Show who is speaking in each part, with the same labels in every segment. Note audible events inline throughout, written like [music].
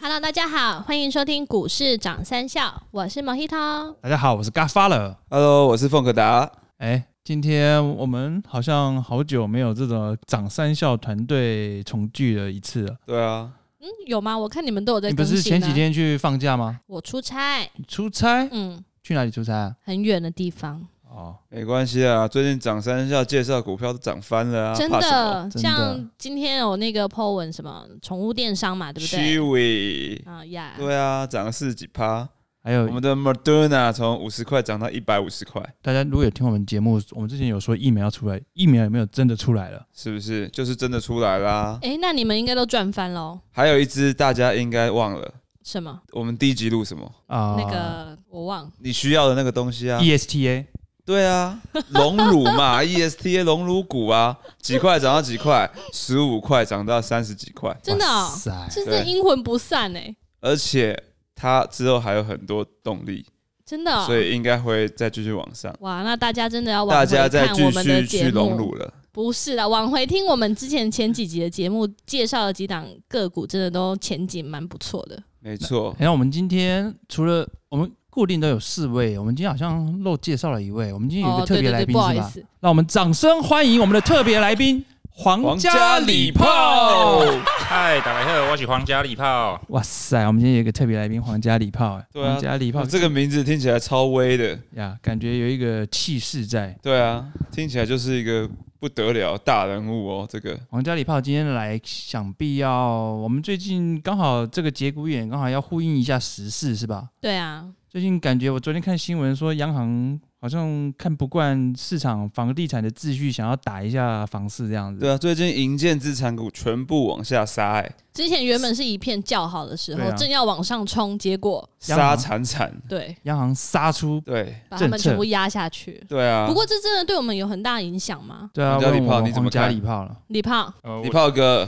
Speaker 1: Hello，大家好，欢迎收听股市涨三笑，我是 Mojito。
Speaker 2: 大家好，我是 Godfather。
Speaker 3: Hello，我是凤可达。
Speaker 2: 哎，今天我们好像好久没有这种长三校团队重聚了一次了。
Speaker 3: 对啊，
Speaker 1: 嗯，有吗？我看你们都有在
Speaker 2: 你
Speaker 1: 更
Speaker 2: 不
Speaker 1: 新、啊。
Speaker 2: 是前几天去放假吗？
Speaker 1: 我出差，
Speaker 2: 出差？
Speaker 1: 嗯，
Speaker 2: 去哪里出差啊？
Speaker 1: 很远的地方，
Speaker 2: 哦，
Speaker 3: 没关系啊，最近涨三下介绍股票都涨翻了啊，
Speaker 1: 真
Speaker 3: 怕什
Speaker 1: 的。
Speaker 2: 真的
Speaker 1: 像今天有那个 po 文什么宠物电商嘛，对不对？
Speaker 3: 么 Kiwi，
Speaker 1: 啊呀，
Speaker 3: 对啊，涨了四十几趴。
Speaker 2: 还
Speaker 3: 我
Speaker 2: 有
Speaker 3: 们的 Moderna 从五十块涨到一百五十块，
Speaker 2: 大家如果有听我们节目，我们之前有说疫苗要出来，疫苗有没有真的出来了？
Speaker 3: 是不是？就是真的出来啦。
Speaker 1: 哎，那你们应该都赚翻喽。
Speaker 3: 还有一只大家应该忘了，
Speaker 1: 什么？
Speaker 3: 我们第一集录什么？
Speaker 2: 啊、E
Speaker 1: 那个我忘。
Speaker 3: 你需要的那个东西啊。
Speaker 2: ESTA
Speaker 3: 对啊，龙乳
Speaker 1: [laughs]
Speaker 3: 嘛 E，ESTA 龙乳股啊，几块涨到几块，十五块涨到三十几块，
Speaker 1: 真的哦
Speaker 2: 哇塞，
Speaker 1: 真
Speaker 3: 对
Speaker 1: 是阴魂不散哎、
Speaker 3: 而且它之后还有很多动力，
Speaker 1: 真的、哦。
Speaker 3: 所以应该会再继续往上。
Speaker 1: 哇，那大家真的要往
Speaker 3: 大
Speaker 1: 回
Speaker 3: 家再
Speaker 1: 看
Speaker 3: 继
Speaker 1: 我们的
Speaker 3: 续去
Speaker 1: 节
Speaker 3: 隆
Speaker 1: 目，
Speaker 3: 乳了。
Speaker 1: 不是啦，往回听我们之前前几集的节目介绍了几档个股，真的都前景蛮不错的。
Speaker 3: 没错，
Speaker 2: 然后我们今天除了我们固定都有四位，我们今天好像漏介绍了一位，我们今嗯天有一
Speaker 1: 哦，
Speaker 2: 个特
Speaker 1: 对
Speaker 2: 别
Speaker 1: 对
Speaker 2: 来
Speaker 1: 对，
Speaker 2: 宾、
Speaker 1: 不好
Speaker 2: 是
Speaker 1: 意
Speaker 2: 吧？
Speaker 1: 思，
Speaker 2: 让我们掌声欢迎我们的特别来宾皇家礼炮。
Speaker 4: 哦嗨，大家好，我是皇家礼炮。
Speaker 2: 哇塞，我们今天有一个特别来宾皇家礼炮，哎
Speaker 3: 对啊
Speaker 2: 皇家礼炮
Speaker 3: 这个名字听起来超威的，
Speaker 2: 呀，感觉有一个气势在。
Speaker 3: 对啊，听起来就是一个不得了大人物哦。这个
Speaker 2: 皇家礼炮今天来，想必要我们最近刚好这个节骨眼，刚好要呼应一下时事，是吧？
Speaker 1: 对啊，
Speaker 2: 最近感觉我昨天看新闻说，央行好像看不惯市场房地产的秩序，想要打一下房市这样子。
Speaker 3: 对啊，最近银建资产股全部往下杀、哎，
Speaker 1: 之前原本是一片叫好的时候，
Speaker 2: 对啊
Speaker 1: 正要往上冲，结果
Speaker 2: 央行
Speaker 3: 杀惨惨，
Speaker 1: 对
Speaker 2: 央行杀出，
Speaker 3: 对
Speaker 1: 把他们
Speaker 2: 政策
Speaker 1: 全部压下去。
Speaker 3: 对啊。
Speaker 1: 不过这真的对我们有很大影响吗？
Speaker 2: 对啊，
Speaker 3: 皇家礼炮
Speaker 2: 问我们
Speaker 3: 你怎么
Speaker 2: 皇家
Speaker 3: 看
Speaker 2: 礼炮了？
Speaker 1: 李胖，
Speaker 4: 呃，
Speaker 3: 李
Speaker 4: 我
Speaker 3: 炮哥，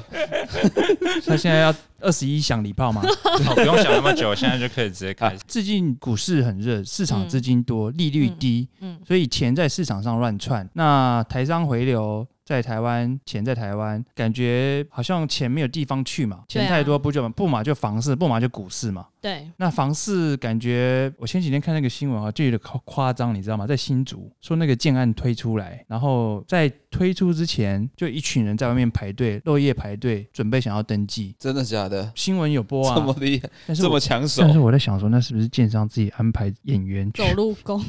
Speaker 2: 他现在要二十一响礼炮吗？
Speaker 4: 好哦不用想那么久，现在就可以直接
Speaker 2: [laughs]
Speaker 4: 开始。
Speaker 2: 最近股市很热，市场资金多，利率低，
Speaker 1: 嗯
Speaker 2: 所以钱在市场上乱窜。那台商回流在台湾，钱在台湾，感觉好像钱没有地方去嘛，
Speaker 1: 对啊
Speaker 2: 钱太多不就不嘛就房市，不嘛就股市嘛。
Speaker 1: 对，
Speaker 2: 那房市感觉，我前几天看那个新闻啊，就有点夸夸张，你知道吗？在新竹说那个建案推出来，然后在推出之前，就一群人在外面排队，漏夜排队，准备想要登记。
Speaker 3: 真的假的？
Speaker 2: 新闻有播
Speaker 3: 这
Speaker 2: 啊
Speaker 3: 么，厉害，
Speaker 2: 但是
Speaker 3: 这
Speaker 2: 我
Speaker 3: 么抢手
Speaker 2: 但，是我在想说，那是不是建商自己安排演员去
Speaker 1: 走
Speaker 2: [laughs]
Speaker 1: 路工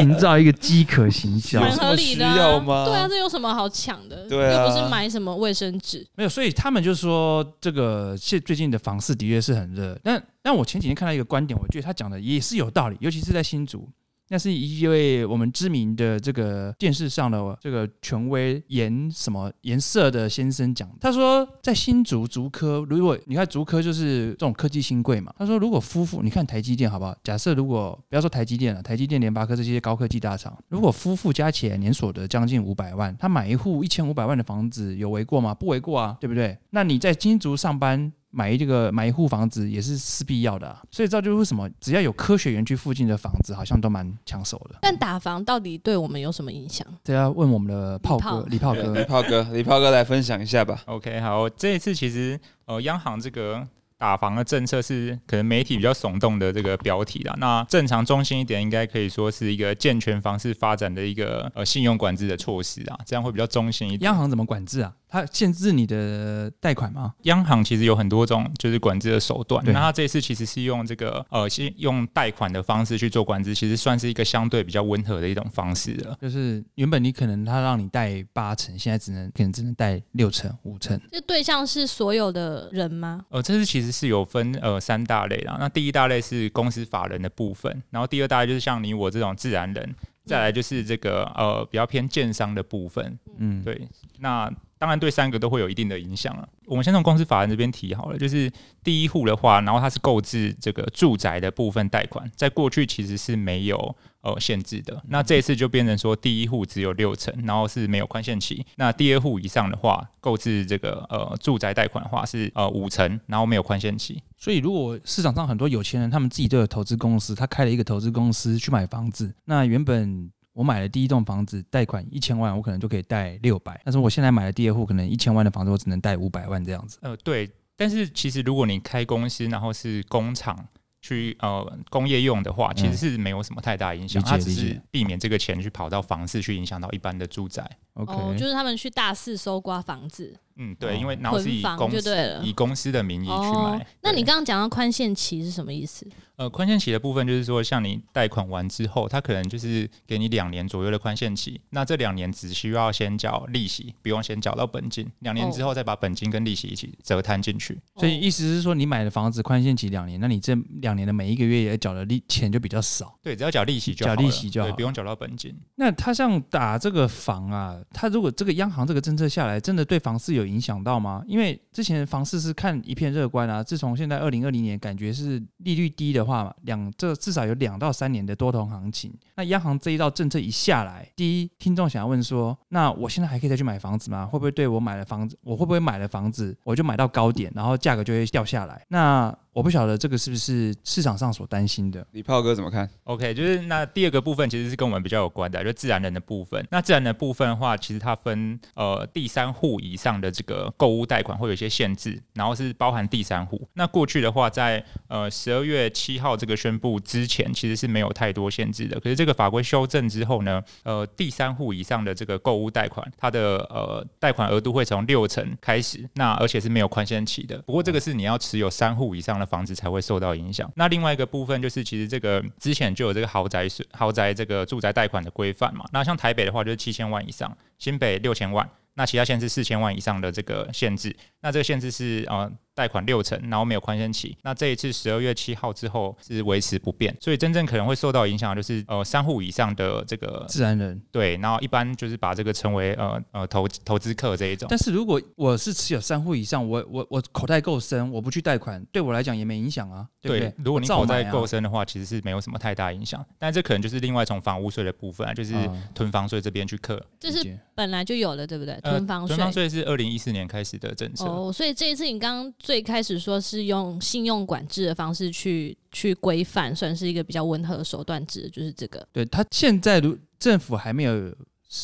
Speaker 2: 营造一个饥渴形
Speaker 1: [laughs]
Speaker 2: 象？
Speaker 1: 蛮合理的、
Speaker 3: 有什么需要吗
Speaker 1: 对啊，这有什么好抢的？
Speaker 3: 对啊
Speaker 1: 又不是买什么卫生纸。
Speaker 2: 没有，所以他们就说这个现最近的房市的确是很热，但但我前几天看到一个观点，我觉得他讲的也是有道理，尤其是在新竹。那是一位我们知名的这个电视上的这个权威颜什么颜色的先生讲，他说在新竹竹科，如果你看竹科就是嗯这种科技新贵嘛，他说如果夫妇，你看台积电好不好？假设如果不要说台积电了，台积电、联发科这些高科技大厂，如果夫妇加起来年所得将近五百万，他买一户一千五百万的房子有为过吗？不为过啊，对不对？那你在新竹上班。买这个买一户房子也是是必要的、啊，所以这就是为什么只要有科学园区附近的房子，好像都蛮抢手的。
Speaker 1: 但打房到底对我们有什么影响？
Speaker 2: 这要问我们的炮哥李炮
Speaker 3: 对李
Speaker 2: 哥，
Speaker 3: 炮哥，李炮哥来分享一下吧。
Speaker 4: OK，好，这一次其实呃，央行这个打房的政策是可能媒体比较耸动的这个标题啦。那正常中心一点，应该可以说是一个健全房市发展的一个呃信用管制的措施啊，这样会比较中性一点。
Speaker 2: 央行怎么管制啊？它限制你的贷款吗？
Speaker 4: 央行其实有很多种就是管制的手段，
Speaker 2: 对
Speaker 4: 那它这一次其实是用这个呃，是用贷款的方式去做管制，其实算是一个相对比较温和的一种方式了。
Speaker 2: 就是原本你可能他让你贷八成，现在只能可能只能贷六成、五成。
Speaker 1: 这对象是所有的人吗？
Speaker 4: 呃，这是其实是有分呃三大类啦。那第一大类是公司法人的部分，然后第二大类就是像你我这种自然人，再来就是这个呃比较偏建商的部分。
Speaker 2: 嗯，
Speaker 4: 对，那当然对三个都会有一定的影响了。啊我们先从公司法人这边提好了，就是第一户的话，然后它是购置这个住宅的部分贷款，在过去其实是没有呃限制的。那这一次就变成说，第一户只有六成，然后是没有宽限期。那第二户以上的话，购置这个呃住宅贷款的话是呃五成，然后没有宽限期。
Speaker 2: 所以如果市场上很多有钱人，他们自己都有投资公司，他开了一个投资公司去买房子，那原本。我买了第一栋房子，贷款一千万，我可能就可以贷六百。但是我现在买了第二户，可能一千万的房子，我只能贷五百万这样子。
Speaker 4: 呃，对。但是其实如果你开公司，然后是工厂去呃工业用的话，其实是没有什么太大影
Speaker 2: 嗯
Speaker 4: 响，
Speaker 2: 理解
Speaker 4: 它只
Speaker 2: 理
Speaker 4: 是
Speaker 2: 解
Speaker 4: 避免这个钱去跑到房市去影响到一般的住宅。
Speaker 1: 哦，
Speaker 2: ，OK，
Speaker 1: 就是他们去大肆搜刮房子，
Speaker 4: 嗯，对，
Speaker 2: 哦
Speaker 4: 因为然后是
Speaker 1: 囤
Speaker 4: 以
Speaker 1: 房
Speaker 4: 公
Speaker 1: 就
Speaker 4: 司
Speaker 1: 对了
Speaker 4: 以。公司的名义去买。
Speaker 1: 哦，那你
Speaker 4: 对
Speaker 1: 刚刚讲到宽限期是什么意思？
Speaker 4: 呃，宽限期的部分就是说，像你贷款完之后，它可能就是给你两年左右的宽限期，那这两年只需要先缴利息，不用先缴到本金，两年之
Speaker 1: 哦
Speaker 4: 后再把本金跟利息一起折摊进去。
Speaker 2: 所以意思是说，你买的房子宽限期两年，那你这两年的每一个月也缴的利钱就比较少。
Speaker 4: 对，只要缴利息就
Speaker 2: 缴
Speaker 4: 好了，
Speaker 2: 利息就好
Speaker 4: 对，
Speaker 2: 了
Speaker 4: 不用缴到本金。
Speaker 2: 那他像打这个房啊，他如果这个央行这个政策下来，真的对房市有影响到吗？因为之前房市是看一片乐观啊，自从现在二零二零年感觉是利率低的话嘛，两这至少有两到三年的多头行情。那央行这一道政策一下来，第一，听众想要问说，那我现在还可以再去买房子吗？会不会对我买了房子，我会不会买了房子我就买到高点，然后价格就会掉下来？那我不晓得这个是不是市场上所担心的。
Speaker 3: 你炮哥怎么看？
Speaker 4: OK，就是那第二个部分其实是跟我们比较有关的，就自然人的部分。那自然人的部分的话，其实它分呃第三户以上的这个购物贷款会有一些限制，然后是包含第三户。那过去的话，在呃十二月七号这个宣布之前，其实是没有太多限制的。可是这个法规修正之后呢，呃第三户以上的这个购物贷款，它的呃贷款额度会从六成开始，那而且是没有宽限期的。不过这个是你要持有三户以上的房子才会受到影响。那另外一个部分就是，其实这个之前就有这个豪宅税、豪宅这个住宅贷款的规范嘛。那像台北的话就是七千万以上，新北六千万。那其他县市四千万以上的这个限制，那这个限制是呃贷款六成，然后没有宽限期。那这一次十二月七号之后是维持不变，所以真正可能会受到影响的就是呃三户以上的这个
Speaker 2: 自然人，
Speaker 4: 对，然后一般就是把这个称为呃呃投投资客这一种。
Speaker 2: 但是如果我是持有三户以上，我我我口袋够深，我不去贷款，对我来讲也没影响啊，对不对？
Speaker 4: 如果你
Speaker 2: 我照
Speaker 4: 口袋
Speaker 2: 买啊
Speaker 4: 够深的话，其实是没有什么太大影响。但这可能就是另外从房屋税的部分啊，就是
Speaker 2: 嗯
Speaker 4: 囤房税这边去克。
Speaker 1: 这
Speaker 2: 理
Speaker 1: 是
Speaker 2: 解
Speaker 1: 本来就有的，对不对？
Speaker 4: 呃
Speaker 1: 囤房税
Speaker 4: 囤。房税是二零一四年开始的政策。
Speaker 1: 哦，所以这一次你刚刚最开始说是用信用管制的方式去去规范，算是一个比较温和的手段指的就是这个。
Speaker 2: 对他现在如政府还没有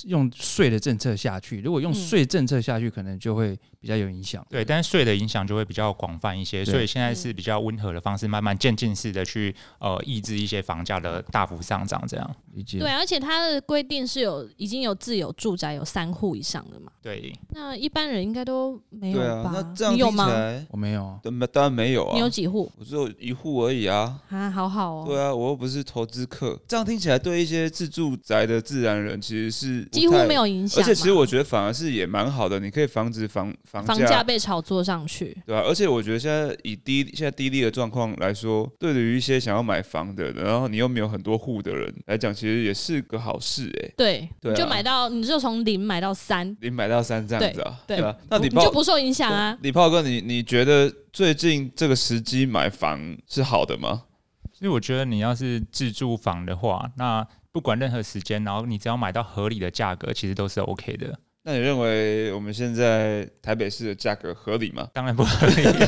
Speaker 2: 用税的政策下去，如果用
Speaker 1: 嗯
Speaker 2: 税政策下去，可能就会比较有影响。
Speaker 4: 对，但是税的影响就会比较广泛一些，
Speaker 2: 对
Speaker 4: 所以现
Speaker 1: 嗯
Speaker 4: 在是比较温和的方式，慢慢渐进式的去呃抑制一些房价的大幅上涨，这样。
Speaker 2: 理解。
Speaker 1: 对，啊而且它的规定是有已经有自有住宅有三户以上的嘛，
Speaker 4: 对，
Speaker 1: 那一般人应该都没有
Speaker 3: 对啊
Speaker 1: 吧？，
Speaker 3: 那这样
Speaker 1: 你有
Speaker 3: 听起
Speaker 1: 吗？
Speaker 3: 来，
Speaker 2: 我没有啊，
Speaker 3: 当然当然没有啊，
Speaker 1: 你有几户
Speaker 3: 我只有一户而已啊。
Speaker 1: 啊？好好哦，
Speaker 3: 对啊，我又不是投资客，这样听起来对一些自住宅的自然人其实是不
Speaker 1: 几乎
Speaker 3: 太
Speaker 1: 没，有影响
Speaker 3: 而
Speaker 1: 嘛。
Speaker 3: 且其实我觉得反而是也蛮好的，你可以防止房房
Speaker 1: 房价被炒作上去，
Speaker 3: 对啊，而且我觉得现在以低现在低利的状况来说，对于一些想要买房的，然后你又没有很多户的人来讲，其实也是个好事哎、
Speaker 1: 对，
Speaker 3: 对啊
Speaker 1: 你就买到你就从零买到三，
Speaker 3: 你买到三这样子啊，
Speaker 1: 对
Speaker 3: 啊。那
Speaker 1: 你
Speaker 3: 李
Speaker 1: 就
Speaker 3: 炮，
Speaker 1: 不受影响啊。
Speaker 3: 李炮哥，你你觉得最近这个时机买房是好的吗？
Speaker 4: 所以我觉得你要是自住房的话，那不管任何时间，然后你只要买到合理的价格，其实都是 OK 的。？
Speaker 3: 那你认为我们现在台北市的价格合理吗
Speaker 4: 当然不合理。 [laughs]
Speaker 3: [laughs]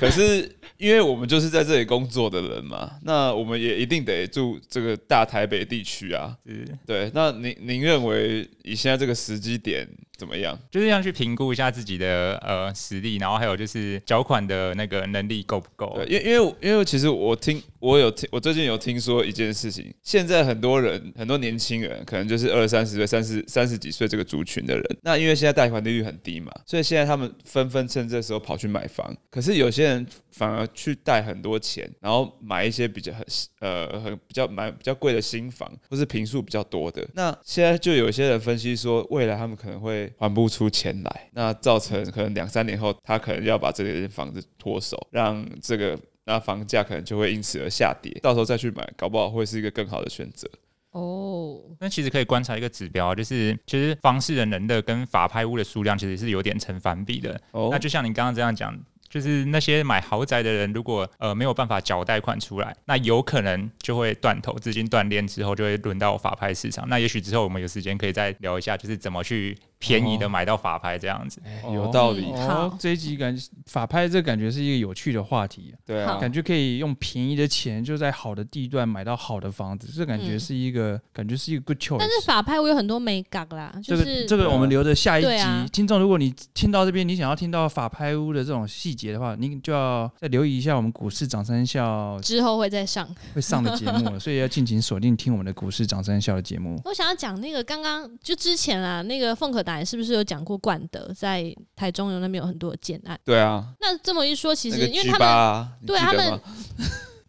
Speaker 3: 可是因为我们就是在这里工作的人嘛，那我们也一定得住这个大台北地区啊。
Speaker 4: 是
Speaker 3: 对，那您您认为以现在这个时机点怎么样？
Speaker 4: 就是要去评估一下自己的呃实力，然后还有就是缴款的那个能力够不够
Speaker 3: 对，。因为因为我因为其实我听我有听我最近有听说一件事情，现在很多人很多年轻人可能就是二三十岁、三十三十几岁这个族群的人，那因为现在贷款利率很低嘛，所以现在他们纷纷趁这时候跑去买房，可是有些人反而去贷很多钱，然后买一些比较很呃很比较买比较贵的新房，或是平数比较多
Speaker 1: 嗯
Speaker 3: 的。那现在就有些人分析说，未来他们可能会还不出钱来，那造成可能两三年后，他可能要把这间房子脱手，让这个那房价可能就会因此而下跌，到时候再去买，搞不好会是一个更好的选择。
Speaker 1: 哦，
Speaker 4: 那其实可以观察一个指标，啊就是其实房市的人的跟法拍屋的数量其实是有点成反比的。
Speaker 1: 嗯
Speaker 3: 哦
Speaker 4: 那就像你刚刚这样讲，就是那些买豪宅的人，如果呃没有办法缴贷款出来，那有可能就会断头，资金断裂之后就会轮到法拍市场。那也许之后我们有时间可以再聊一下，就是怎么去便宜
Speaker 3: 哦
Speaker 4: 的买到法拍这样子。
Speaker 3: 哎有道理
Speaker 1: 嗯，
Speaker 2: 哦
Speaker 1: 好，
Speaker 2: 这一集感觉法拍这感觉是一个有趣的话题，
Speaker 3: 对啊
Speaker 1: 好，
Speaker 2: 感觉可以用便宜的钱就在好的地段买到好的房子，这感觉
Speaker 1: 嗯
Speaker 2: 是一个、感觉是一个 good choice。
Speaker 1: 但是法拍我有很多美感啦，就
Speaker 2: 这
Speaker 1: 是
Speaker 2: 个这个我们留着下一集。
Speaker 1: 对啊
Speaker 2: 听众，如果你听到这边，你想要听到法拍屋的这种细节的话，你就要再留意一下我们股市涨三笑
Speaker 1: 之后会再上。
Speaker 2: 会上的节目了，所以要敬请锁定听我们的股市涨三笑的节目。
Speaker 1: 我想要讲那个刚刚就之前啊，那个凤可达是不是有讲过冠德在台中有那边有很多的建案？
Speaker 3: 对啊，
Speaker 1: 那这么一说，其
Speaker 3: 那
Speaker 1: 实
Speaker 3: 个
Speaker 1: 因
Speaker 3: G
Speaker 1: 为他
Speaker 3: 八
Speaker 1: 们
Speaker 3: 啊，你记
Speaker 1: 对他
Speaker 3: 得
Speaker 1: 们
Speaker 3: 吗？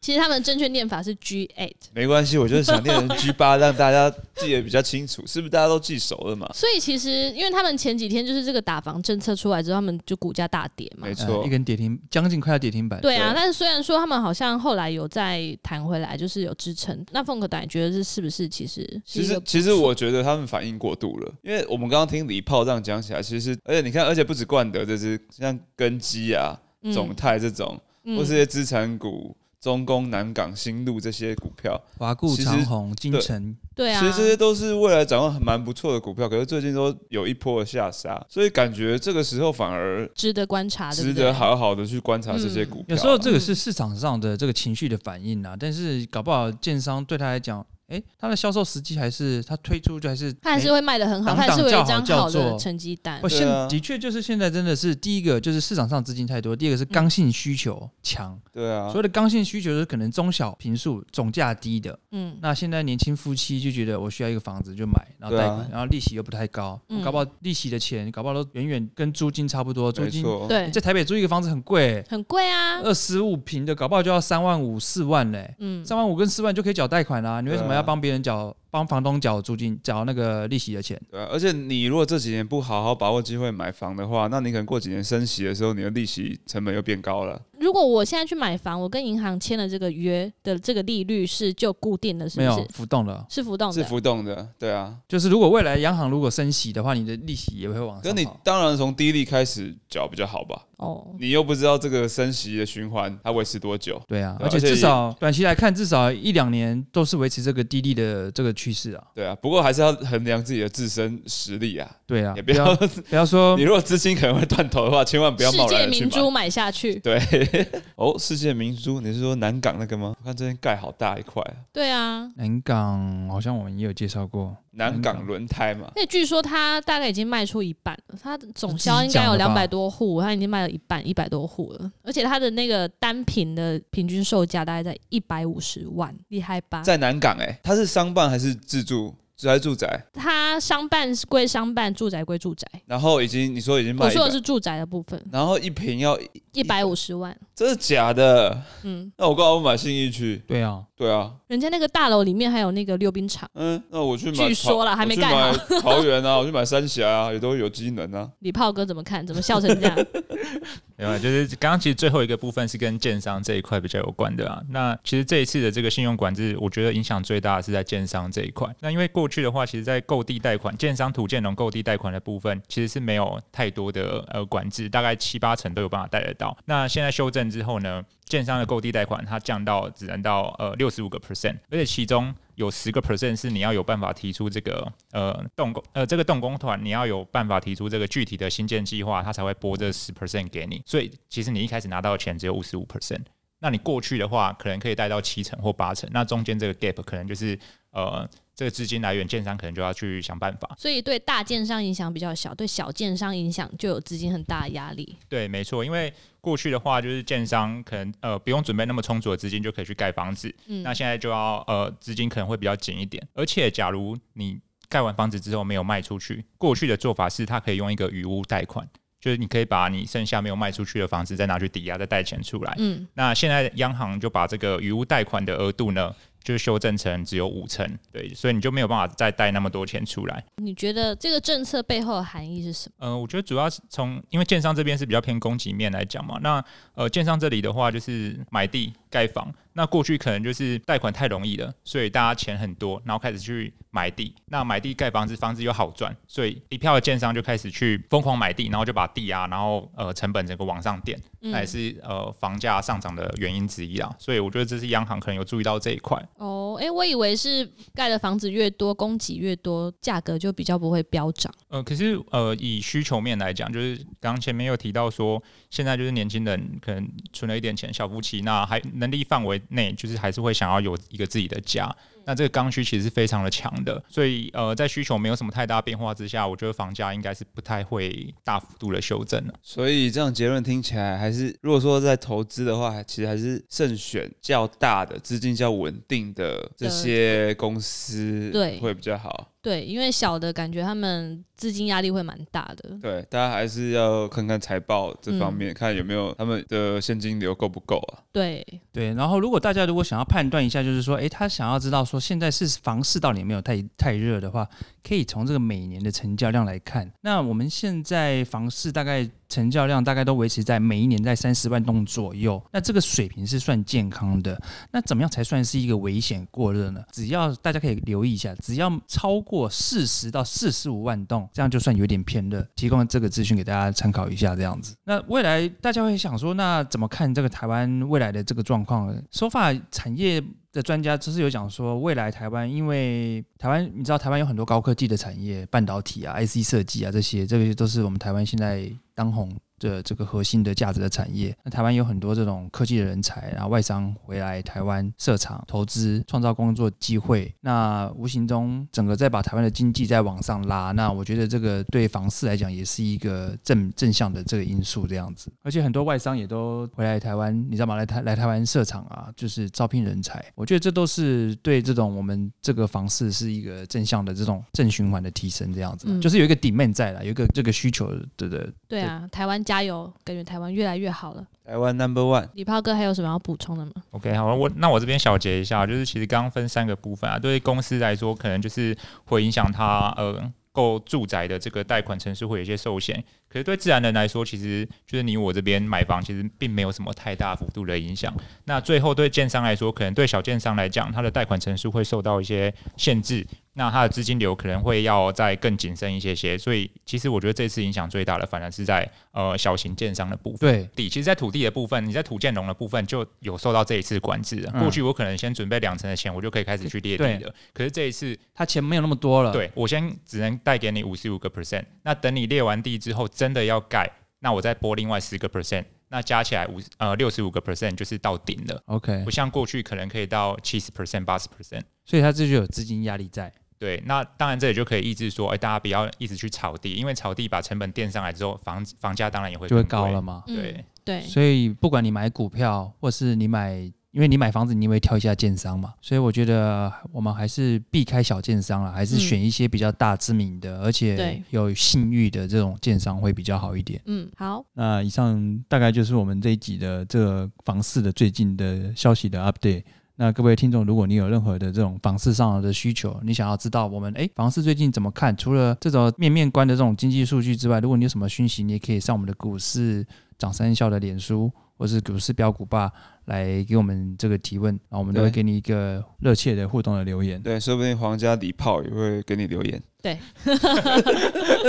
Speaker 1: 其实他们正确念法是 G eight，
Speaker 3: 没关系，我就是想
Speaker 1: [laughs]
Speaker 3: 念成 G 八，让大家记得比较清楚，是不是大家都记熟了嘛？
Speaker 1: 所以其实因为他们前几天就是这个打房政策出来之后，他们就股价大跌嘛
Speaker 3: 没。
Speaker 2: 呃
Speaker 3: 错
Speaker 2: 一，根跌停，将近快要跌停板。
Speaker 1: 对啊，
Speaker 3: 对
Speaker 1: 但是虽然说他们好像后来有再弹回来，就是有支撑。那凤可达，你觉得这是不是其实是
Speaker 3: 其
Speaker 1: 一个
Speaker 3: 实
Speaker 1: 不
Speaker 3: 其实我觉得他们反应过度了，因为我们刚刚听李炮这样讲起来，其实而且你看，而且不止冠德这只，像根基啊、
Speaker 1: 嗯
Speaker 3: 总泰这种，
Speaker 1: 嗯
Speaker 3: 或是一些资产股。中工、南港、新路这些股票，
Speaker 2: 华固、
Speaker 3: 其实
Speaker 2: 长虹、金城，
Speaker 1: 对啊，
Speaker 3: 其实这些都是未来展望很蛮不错的股票，可是最近都有一波的下杀，所以感觉这个时候反而
Speaker 1: 值得观察，啊对
Speaker 3: 值
Speaker 1: 不
Speaker 3: 得
Speaker 1: 对？
Speaker 3: 好好的去观察这些股票啊。
Speaker 2: 嗯有时候这个是市场上的这个情绪的反应啊，但是搞不好建商对他来讲，哎、他的销售时机还是他推出就还是
Speaker 1: 他还是会卖的很好，
Speaker 2: 挡
Speaker 1: 他还是会有一
Speaker 2: 挡
Speaker 1: 张
Speaker 2: 叫好
Speaker 1: 好
Speaker 2: 叫
Speaker 1: 的
Speaker 2: 座
Speaker 1: 成绩单
Speaker 2: 我。
Speaker 3: 对
Speaker 2: 现
Speaker 3: 啊
Speaker 2: 的确就是现在真的是第一个就是市场上资金太多，第二个是刚性需求强。
Speaker 3: 对啊
Speaker 2: 所，谓的刚性需求就是可能中小平数总价低的，
Speaker 1: 嗯，
Speaker 2: 那现在年轻夫妻就觉得我需要一个房子就买，然后贷款，
Speaker 3: 对啊
Speaker 2: 然后利息又不太高，
Speaker 1: 嗯
Speaker 2: 搞不好利息的钱搞不好都远远跟租金差不多，租
Speaker 3: 没
Speaker 2: 金
Speaker 3: 错，
Speaker 1: 对
Speaker 2: 你，在台北租一个房子很贵、
Speaker 1: 很贵啊。
Speaker 3: 呃
Speaker 2: 二十五平的搞不好就要三万五四万嘞、
Speaker 1: 嗯，
Speaker 2: 三万五跟四万就可以缴贷款啦、你为什么
Speaker 3: 对啊
Speaker 2: 要帮别人缴、帮房东缴租金、缴那个利息的钱？
Speaker 3: 对啊，而且你如果这几年不好好把握机会买房的话，那你可能过几年升息的时候，你的利息成本又变高了。
Speaker 1: 如果我现在去买房，我跟银行签了这个约的这个利率是就固定的，是
Speaker 2: 没
Speaker 1: 不
Speaker 2: 有
Speaker 1: 是？
Speaker 2: 浮动了，
Speaker 1: 是浮动
Speaker 3: 是
Speaker 1: 的。
Speaker 3: 浮动的，对啊。
Speaker 2: 就是如果未来央行如果升息的话，你的利息也会往
Speaker 3: 可
Speaker 2: 上
Speaker 3: 你
Speaker 2: 跑。
Speaker 3: 当然从低利开始缴比较好吧，
Speaker 1: 哦，
Speaker 3: 你又不知道这个升息的循环它维持多久。
Speaker 2: 对啊，
Speaker 3: 对
Speaker 2: 而且
Speaker 3: 而且
Speaker 2: 至
Speaker 3: 也
Speaker 2: 少短期来看，至少一两年都是维持这个低利的这个趋势啊。
Speaker 3: 对啊，不过还是要衡量自己的自身实力啊，
Speaker 2: 对啊，
Speaker 3: 也
Speaker 2: 不
Speaker 3: 不要
Speaker 2: 要 [laughs] 不要说
Speaker 3: [laughs] 你如果资金可能会断头的话，千万不要
Speaker 1: 世
Speaker 3: 贸
Speaker 1: 界
Speaker 3: 然的去
Speaker 1: 明
Speaker 3: 买。
Speaker 1: 珠买下去。
Speaker 3: 对， [laughs] 哦，世界明珠，你是说南港那个吗？我看这边盖好大一块啊，
Speaker 1: 对啊，
Speaker 2: 南港好像我们也有介绍过，
Speaker 3: 南
Speaker 2: 南
Speaker 3: 港
Speaker 2: 港
Speaker 3: 轮胎嘛，
Speaker 1: 那据说他大概已经卖出一半了，他总销应该有两
Speaker 2: 自己讲的吧
Speaker 1: 百多户，他已经卖了一半一百多户了，而且他的那个单品的平均售价大概在一百五十万，厉害吧？
Speaker 3: 在南港哎、它是商办还是自住？还是住宅？
Speaker 1: 他商办是归商办，住宅归住宅。
Speaker 3: 然后已经你说已经卖
Speaker 1: 我
Speaker 3: 一百，
Speaker 1: 说的是住宅的部分，
Speaker 3: 然后一瓶要
Speaker 1: 一百五十万。
Speaker 3: 真的假的？
Speaker 1: 嗯，
Speaker 3: 那我干嘛不买信义区？
Speaker 2: 对啊，
Speaker 3: 对啊，
Speaker 1: 人家那个大楼里面还有那个溜冰场，
Speaker 3: 嗯，那我去买桃，
Speaker 1: 据说啦还没盖好
Speaker 3: 我去买 [laughs] 桃园啊，我去买三峡啊，也都有机能啊。
Speaker 1: 李炮哥怎么看？怎么笑成这样？ [laughs]
Speaker 4: 对吧？啊就是刚刚其实最后一个部分是跟建商这一块比较有关的啊。那其实这一次的这个信用管制，我觉得影响最大的是在建商这一块。那因为过去的话，其实在购地贷款、建商土建农购地贷款的部分，其实是没有太多的呃管制，大概七八成都有办法贷得到。那现在修正之后呢，建商的购地贷款它降到只能到呃六十五个 percent，而且其中有十个 percent 是你要有办法提出这个呃动工呃这个动工团你要有办法提出这个具体的新建计划，它才会拨这十 percent 给你。所以其实你一开始拿到的钱只有五十五 percent，那你过去的话可能可以贷到七成或八成，那中间这个 gap 可能就是呃这个资金来源建商可能就要去想办法。
Speaker 1: 所以对大建商影响比较小，对小建商影响就有资金很大的压力。
Speaker 4: 对，没错，因为过去的话就是建商可能呃不用准备那么充足的资金就可以去盖房子，
Speaker 1: 嗯
Speaker 4: 那现在就要呃资金可能会比较紧一点，而且假如你盖完房子之后没有卖出去，过去的做法是它可以用一个余屋贷款，就是你可以把你剩下没有卖出去的房子再拿去抵押，再贷钱出来。
Speaker 1: 嗯，
Speaker 4: 那现在央行就把这个余屋贷款的额度呢，就是修正成只有五成，对，所以你就没有办法再贷那么多钱出来。
Speaker 1: 你觉得这个政策背后的含义是什么？
Speaker 4: 呃，我觉得主要是从因为建商这边是比较偏供给面来讲嘛，那呃建商这里的话就是买地盖房，那过去可能就是贷款太容易了，所以大家钱很多，然后开始去买地。那买地盖房子，房子又好赚，所以一票的建商就开始去疯狂买地，然后就把地啊，然后呃成本整个往上垫，那也是呃房价上涨的原因之一啊。所以我觉得这是央行可能有注意到这一块。
Speaker 1: 哦，哎、我以为是盖的房子越多，供给越多，价格就比较不会飙涨。
Speaker 4: 呃，可是呃，以需求面来讲，就是刚刚前面有提到说，现在就是年轻人可能存了一点钱，小夫妻那还能力范围内，就是还是会想要有一个自己的家。那这个刚需其实是非常的强的，所以呃，在需求没有什么太大变化之下，我觉得房价应该是不太会大幅度的修正了。
Speaker 3: 所以这样结论听起来还是，如果说在投资的话，还其实还是慎选较大的、资金较稳定的这些公司，
Speaker 1: 对
Speaker 3: 会比较好。
Speaker 1: 对，因为小的感觉他们资金压力会蛮大的。
Speaker 3: 对，大家还是要看看财报这方面，看有没有他们的现金流够不够啊。
Speaker 1: 对，
Speaker 2: 对，然后如果大家如果想要判断一下，就是说，诶，他想要知道说现在是房市到底有没有太太热的话，可以从这个每年的成交量来看。那我们现在房市大概成交量大概都维持在每一年在三十万栋左右，那这个水平是算健康的。那怎么样才算是一个危险过热呢？只要大家可以留意一下，只要超过四十到四十五万栋，这样就算有点偏热。提供这个资讯给大家参考一下，这样子。那未来大家会想说，那怎么看这个台湾未来的这个状况？手法产业。的专家就是有讲说，未来台湾因为台湾，你知道台湾有很多高科技的产业，半导体啊、IC 设计啊这些，这些都是我们台湾现在当红的这个核心的价值的产业。那台湾有很多这种科技的人才，然后外商回来台湾设厂、投资、创造工作机会。那无形中整个再把台湾的经济再往上拉，那我觉得这个对房市来讲也是一个正正向的这个因素这样子。而且很多外商也都回来台湾，你知道吗？来台来台湾设厂啊，就是招聘人才。我觉得这都是对这种我们这个房市是一个正向的这种正循环的提升这样子，
Speaker 1: 嗯
Speaker 2: 就是有一个 demand 在了，有一个这个需求的的
Speaker 1: 对啊，台湾加油，感觉台湾越来越好了。
Speaker 3: 台湾 Number One，
Speaker 1: 李炮哥还有什么要补充的吗？
Speaker 4: OK，好，我那我这边小结一下，就是其实刚刚分三个部分啊，对于公司来说，可能就是会影响它呃购住宅的这个贷款成数会有一些受限，可是对自然人来说，其实就是你我这边买房，其实并没有什么太大幅度的影响。那最后对建商来说，可能对小建商来讲，它的贷款成数会受到一些限制，那它的资金流可能会要再更谨慎一些些。所以其实我觉得这次影响最大的，反而是在呃小型建商的部分。
Speaker 2: 对
Speaker 4: 地，其实，在土地的部分，你在土建农的部分就有受到这一次管制了。
Speaker 2: 嗯
Speaker 4: 过去我可能先准备两成的钱，我就可以开始去列地
Speaker 2: 对嗯
Speaker 4: 了。可是这一次，
Speaker 2: 他钱没有那么多了，，
Speaker 4: 对我先只能贷给你五十五个 percent，那等你列完地之后，真的要盖，那我再拨另外十个 percent，那加起来五呃六十五个 percent 就是到顶了。
Speaker 2: ，OK，
Speaker 4: 不像过去可能可以到七十 percent、八十 percent。
Speaker 2: 所以他这就有资金压力在，
Speaker 4: 对，那当然这也就可以抑制说，哎、大家不要一直去炒地，因为炒地把成本垫上来之后，房房价当然也会
Speaker 2: 就会
Speaker 4: 更
Speaker 2: 高
Speaker 4: 贵
Speaker 2: 了。嘛。
Speaker 1: 嗯
Speaker 4: 对，
Speaker 1: 对，
Speaker 2: 所以不管你买股票，或是你买，因为你买房子，你也会挑一下建商嘛。所以我觉得我们还是避开小建商了，还是
Speaker 1: 嗯
Speaker 2: 选一些比较大知名的，而且
Speaker 1: 对
Speaker 2: 有信誉的这种建商会比较好一点。
Speaker 1: 嗯，好，
Speaker 5: 那以上大概就是我们这一集的这个房市的最近的消息的 update。那各位听众，如果你有任何的这种房市上的需求，你想要知道我们诶房市最近怎么看，除了这种面面观的这种经济数据之外，如果你有什么讯息，你也可以上我们的股市涨三笑的脸书，或是股市标股吧来给我们这个提问，然后我们都会
Speaker 3: 对
Speaker 2: 给你一个
Speaker 5: 热切的互动的留言。
Speaker 3: 对，说不定皇家礼炮也会给你留言。 [laughs]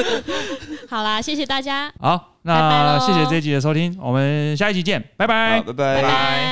Speaker 1: [laughs] 好啦，谢谢大家，
Speaker 2: 好。
Speaker 1: 拜拜
Speaker 2: 那
Speaker 1: 咯
Speaker 2: 谢谢这一集的收听，我们下一集见，拜拜
Speaker 3: 好，拜拜
Speaker 1: 拜拜